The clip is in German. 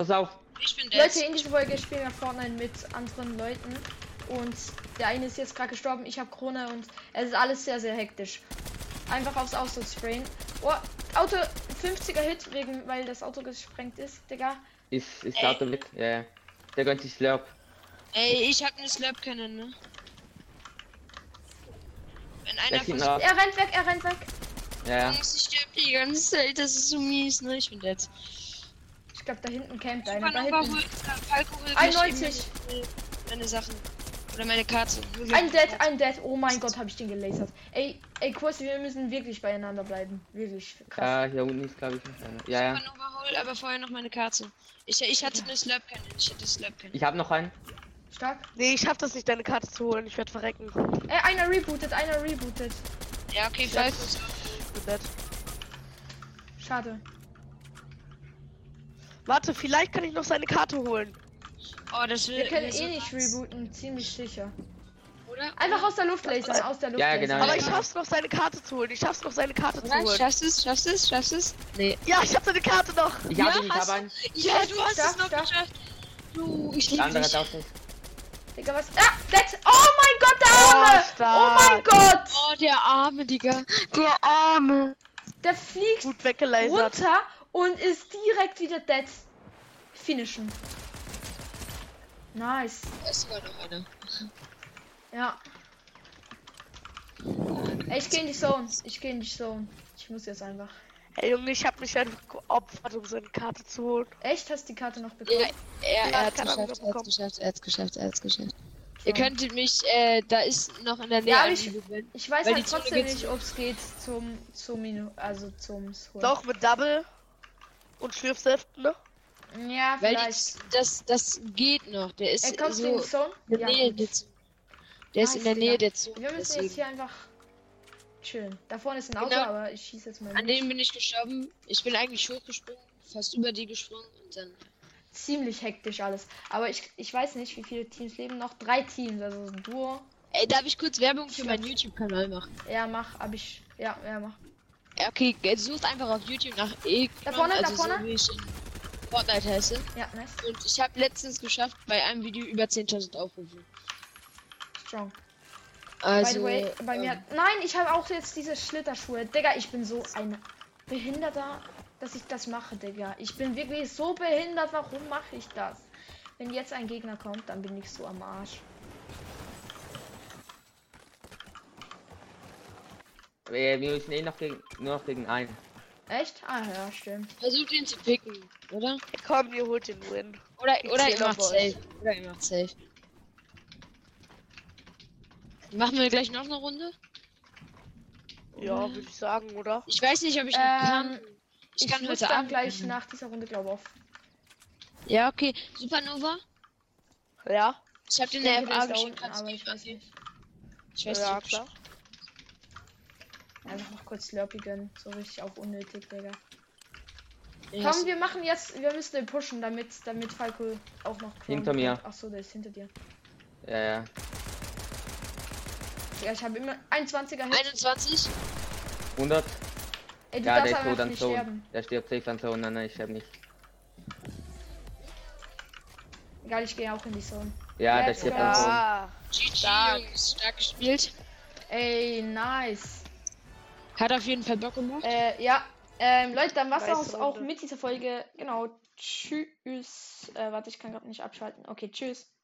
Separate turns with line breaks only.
Pass auf.
Ich bin der.
Leute, in dieser Folge spielen wir Fortnite mit anderen Leuten. Und der eine ist jetzt gerade gestorben, ich habe Corona und es ist alles sehr, sehr hektisch. Einfach aufs Auto sprayen. Oh, Auto 50er Hit, wegen, weil das Auto gesprengt ist, Digga.
Ist, ist
Ey.
Auto mit. Ja, ja. Der gönnt sich Slurp.
Ey, ich hab ne Slap Cannon, ne? Wenn einer
Der
von
zieht nach.
Er rennt weg, er rennt weg.
Ja, ja.
uns ich stirbt die ganze Zeit, das ist so mies, ne? Ich bin dead.
Ich glaube, da hinten campt einer. Da
Supernova
hinten.
holt, Falco holt
91.
mich eben meine Sachen. Oder meine Karte.
Ein Dead, ein Dead. Oh mein Gott, habe ich den gelasert. Ey, ey, Kurs, wir müssen wirklich beieinander bleiben. Wirklich krass.
Ah, hier unten ist glaube ich noch einer. Ja, ja.
Supernova holt, aber vorher noch meine Karte. Ich, ich hatte ne Slap Cannon, ich hatte Slap Cannon.
Ich habe noch einen.
Stark.
Nee, ich schaff das nicht, deine Karte zu holen. Ich werde verrecken. Ich
Ey, einer rebootet, einer rebootet.
Ja, okay, Falco ist auch.
bin dead.
Schade.
Warte, vielleicht kann ich noch seine Karte holen.
Oh, das will
Wir können
will so
eh nicht
was,
rebooten, ziemlich sicher.
Oder?
Einfach aus der Luft lasern, aus der Luft
Ja, genau.
Aber
lasern.
ich schaff's noch, seine Karte zu holen. Ich schaff's noch, seine Karte zu
Oder?
holen.
Schaffst du es? Schaffst du es? Schaffst du es? Nee.
Ja, ich hab seine Karte noch.
Ich habe
Ja,
ihn, ich
hast
habe einen.
Ja, du hast
Darf-
es noch
darf-
geschafft. Du, ich
Der
liebe
andere
dich.
darf nicht.
Digga, was? Ah, that's... Oh mein Gott, der Arme!
Oh,
Oh,
stark.
mein Gott!
Oh, der arme Digga. Der arme.
Der fliegt
Gut weggelasert.
runter und ist direkt wieder dead. Finishen. Nice.
Da ist sogar noch einer.
Ja. Ey, ich geh in die Zone. Ich geh in die Zone. Ich muss jetzt einfach.
Ey, Junge, ich hab mich einfach geopfert, um seine Karte zu holen.
Echt? Hast du die Karte noch bekommen?
Ja, er, er
Ja,
hat's
kann man
geschafft, er
bekommen.
hat's geschafft, er hat's geschafft, er hat's geschafft.
Ja.
Ihr könntet mich, äh, da ist noch in der Nähe.
Ja,
ein
ich-
Event.
Ich weiß
Weil
halt
die Zone
trotzdem
geht's-
nicht, ob's geht zum zum Minu, also zum Holen.
Doch, mit Double und Schlürfsäften, ne?
Ja,
Weil
vielleicht.
die, das, das geht noch. Der ist
Ey, kommst du in
so
die Zone?
in der Nähe. Der, Zoo. der ist
Nice,
in der Nähe
Digga.
der Zoo.
Wir müssen jetzt
Deswegen.
hier einfach chillen. Da vorne ist ein Auto,
Genau.
aber ich schieße jetzt mal.
An
nicht.
dem bin ich gestorben. Ich bin eigentlich hochgesprungen, fast über die gesprungen und dann.
Ziemlich hektisch alles. Aber ich, ich weiß nicht, wie viele Teams leben. Noch drei Teams, also so ein Duo.
Ey, darf ich kurz Werbung für meinen YouTube-Kanal machen?
Ja, mach, hab ich. Ja, ja, mach.
Ja, Okay, sucht einfach auf YouTube nach Ekron,
Da vorne, da
also
vorne?
so wie ich in Fortnite heiße.
Ja, nice.
Und ich habe letztens geschafft, bei einem Video über 10.000 Aufrufe.
Strong.
Also,
By the way, bei mir
ähm,
hat. Nein, ich habe auch jetzt diese Schlitterschuhe. Digga, ich bin so ein Behinderter, dass ich das mache, Digga. Ich bin wirklich so behindert. Warum mache ich das? Wenn jetzt ein Gegner kommt, dann bin ich so am Arsch.
Wir wir müssen eh noch gegen, nur noch gegen einen.
Echt? Ah ja, stimmt.
versucht ihn zu picken, oder?
Komm, ihr holt den Win.
Oder,
Ich
oder
zähl
ihr
auf
macht
euch.
safe. Oder ihr macht safe. Machen wir gleich noch eine Runde?
Ja, würde ich sagen, oder?
Ich weiß nicht, ob ich noch
Ähm,
kann. Ich, kann
muss
heute
dann
Abend
gleich
machen.
nach dieser Runde, glaube ich, auf.
Ja, okay. Supernova?
Ja,
Ich habe dir
Ich
eine
denke, der
FA
ist da
geschickt.
unten,
kannst du
aber
die-
ich weiß nicht.
Ich weiß
ja,
nicht.
klar.
Einfach noch kurz Slurpy gönnen. So richtig auch unnötig, Digga.
Ja,
Komm, wir machen jetzt, wir müssen den pushen, damit, damit Falco auch noch Crown
Hinter mir.
kommt. Ach so, der ist hinter dir.
Ja, ja.
Ja, ich habe immer 21er Hit.
21?
100.
Ey, du
Ja, der
darfst
ist
einfach
tot an
nicht
Zone.
sterben.
Der stirbt safe an Zone. Nein, nein, ich sterbe nicht.
Egal, ich gehe auch in die Zone.
Ja, der
Let's
stirbt
go.
an Zone.
Ja,
GG,
Stark.
Jungs. Stark gespielt.
Ey, nice.
Hat auf jeden Fall Bock gemacht.
Äh, ja. Ähm, Leute, dann war's
Nice
auch, auch
Runde.
mit dieser Folge. Genau. Tschüss. Äh, warte, ich kann gerade nicht abschalten. Okay, tschüss.